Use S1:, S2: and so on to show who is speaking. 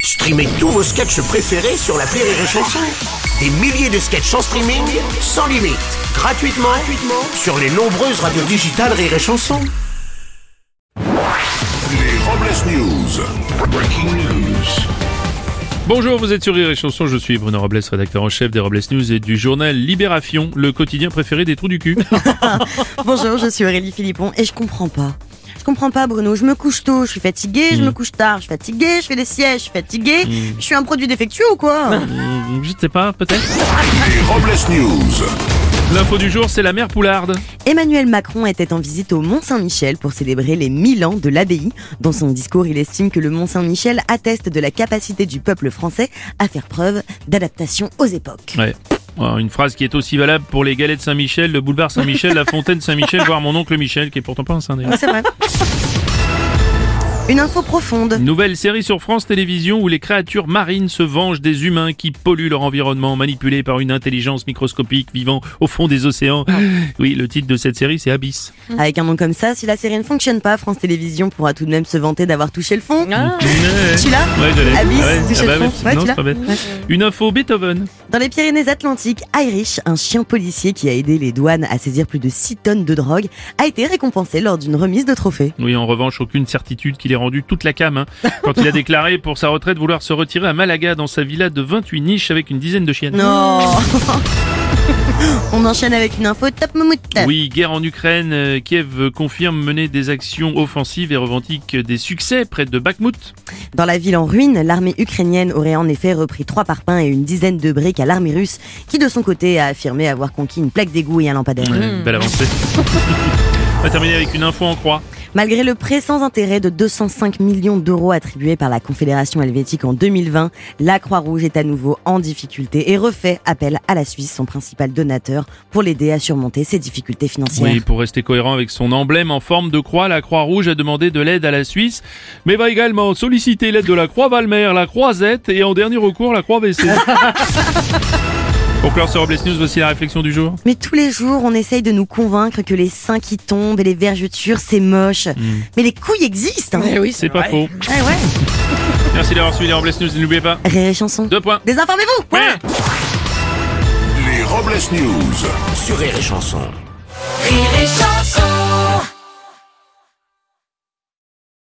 S1: Streamez tous vos sketchs préférés sur la Rire et Chanson. Des milliers de sketchs en streaming, sans limite, gratuitement, gratuitement sur les nombreuses radios digitales Rire et Chanson.
S2: Les Robles News. Breaking news.
S3: Bonjour, vous êtes sur Rire et Chanson, je suis Bruno Robles, rédacteur en chef des Robles News et du journal Libération, le quotidien préféré des trous du cul.
S4: Bonjour, je suis Aurélie Philippon et je comprends pas. Je comprends pas, Bruno. Je me couche tôt, je suis fatiguée, je me couche tard, je suis fatiguée, je fais des sièges, je suis fatiguée. Je suis un produit défectueux ou quoi
S3: Hmm, Je sais pas, peut-être.
S2: Les Robles News.
S3: L'info du jour, c'est la mère Poularde.
S4: Emmanuel Macron était en visite au Mont-Saint-Michel pour célébrer les 1000 ans de l'abbaye. Dans son discours, il estime que le Mont-Saint-Michel atteste de la capacité du peuple français à faire preuve d'adaptation aux époques.
S3: Ouais. Alors, Une phrase qui est aussi valable pour les galets de Saint-Michel, le boulevard Saint-Michel, la fontaine Saint-Michel, voire mon oncle Michel, qui est pourtant pas un saint d'ailleurs.
S4: Ouais, C'est vrai. Une info profonde.
S3: Nouvelle série sur France Télévisions où les créatures marines se vengent des humains qui polluent leur environnement, manipulés par une intelligence microscopique vivant au fond des océans. Oui, le titre de cette série, c'est Abyss.
S4: Avec un nom comme ça, si la série ne fonctionne pas, France Télévisions pourra tout de même se vanter d'avoir touché le fond. Ah. Tu l'as
S3: Mm. Ouais, je l'ai.
S4: Abyss,
S3: Ah ouais,
S4: touche
S3: ah
S4: le
S3: bah
S4: fond.
S3: ouais,
S4: Ouais,
S3: non,
S4: tu
S3: c'est
S4: l'as
S3: pas bête. Une info Beethoven.
S4: Dans les Pyrénées-Atlantiques, Irish, un chien policier qui a aidé les douanes à saisir plus de 6 tonnes de drogue, a été récompensé lors d'une remise de trophée.
S3: Oui, en revanche, aucune certitude qu'il ait rendu toute la cam. hein, quand il a déclaré pour sa retraite vouloir se retirer à Malaga dans sa villa de 28 niches avec une dizaine de chiennes.
S4: Non On enchaîne avec une info top moumoute.
S3: Oui, guerre en Ukraine, euh, Kiev confirme mener des actions offensives et revendique des succès près de Bakhmut.
S4: Dans la ville en ruine, l'armée ukrainienne aurait en effet repris trois parpaings et une dizaine de briques à l'armée russe, qui de son côté a affirmé avoir conquis une plaque d'égout et un lampadaire.
S3: Ouais, Belle avancée. On va terminer avec une info en croix.
S4: Malgré le prêt sans intérêt de 205 millions d'euros attribué par la Confédération helvétique en 2020, la Croix-Rouge est à nouveau en difficulté et refait appel à la Suisse, son principal donateur, pour l'aider à surmonter ses difficultés financières.
S3: Oui, pour rester cohérent avec son emblème en forme de croix, la Croix-Rouge a demandé de l'aide à la Suisse, mais va également solliciter l'aide de la Croix-Valmer, la Croix-Z et en dernier recours la Croix-BC. Pour clore ce Robles News, voici la réflexion du jour.
S4: Mais tous les jours, on essaye de nous convaincre que les seins qui tombent et les vergetures, c'est moche.
S3: Mm.
S4: Mais les couilles existent hein.
S3: Eh C'est pas faux.
S4: Ouais, ouais.
S3: Merci d'avoir suivi les Robles News et n'oubliez pas,
S4: Rire et chanson.
S3: deux points.
S4: Désinformez-vous point.
S3: Ouais.
S2: Les Robles News.
S1: Sur Rire et Chanson.
S5: Rire et chanson